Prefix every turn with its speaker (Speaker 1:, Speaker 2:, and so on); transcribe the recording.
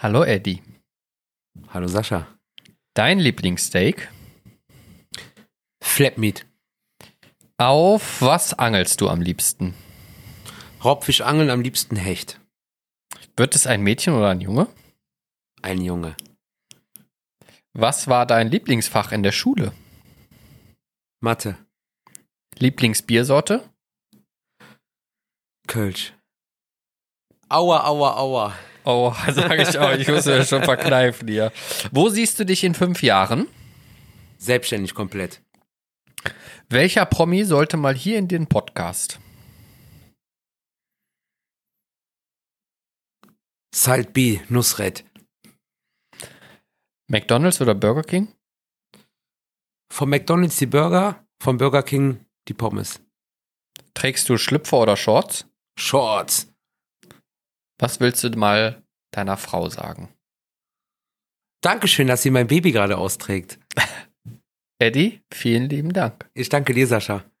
Speaker 1: Hallo Eddie.
Speaker 2: Hallo Sascha.
Speaker 1: Dein Lieblingssteak?
Speaker 2: Flapmeat.
Speaker 1: Auf was angelst du am liebsten?
Speaker 2: Raubfisch angeln am liebsten Hecht.
Speaker 1: Wird es ein Mädchen oder ein Junge?
Speaker 2: Ein Junge.
Speaker 1: Was war dein Lieblingsfach in der Schule?
Speaker 2: Mathe.
Speaker 1: Lieblingsbiersorte?
Speaker 2: Kölsch. Aua, aua, aua.
Speaker 1: Oh, sage ich auch, ich muss mir das schon verkneifen hier. Wo siehst du dich in fünf Jahren?
Speaker 2: Selbstständig komplett.
Speaker 1: Welcher Promi sollte mal hier in den Podcast?
Speaker 2: Salt B, Nusret.
Speaker 1: McDonald's oder Burger King?
Speaker 2: Von McDonalds die Burger, vom Burger King die Pommes.
Speaker 1: Trägst du Schlüpfer oder Shorts?
Speaker 2: Shorts.
Speaker 1: Was willst du mal deiner Frau sagen?
Speaker 2: Dankeschön, dass sie mein Baby gerade austrägt.
Speaker 1: Eddie, vielen lieben Dank.
Speaker 2: Ich danke dir, Sascha.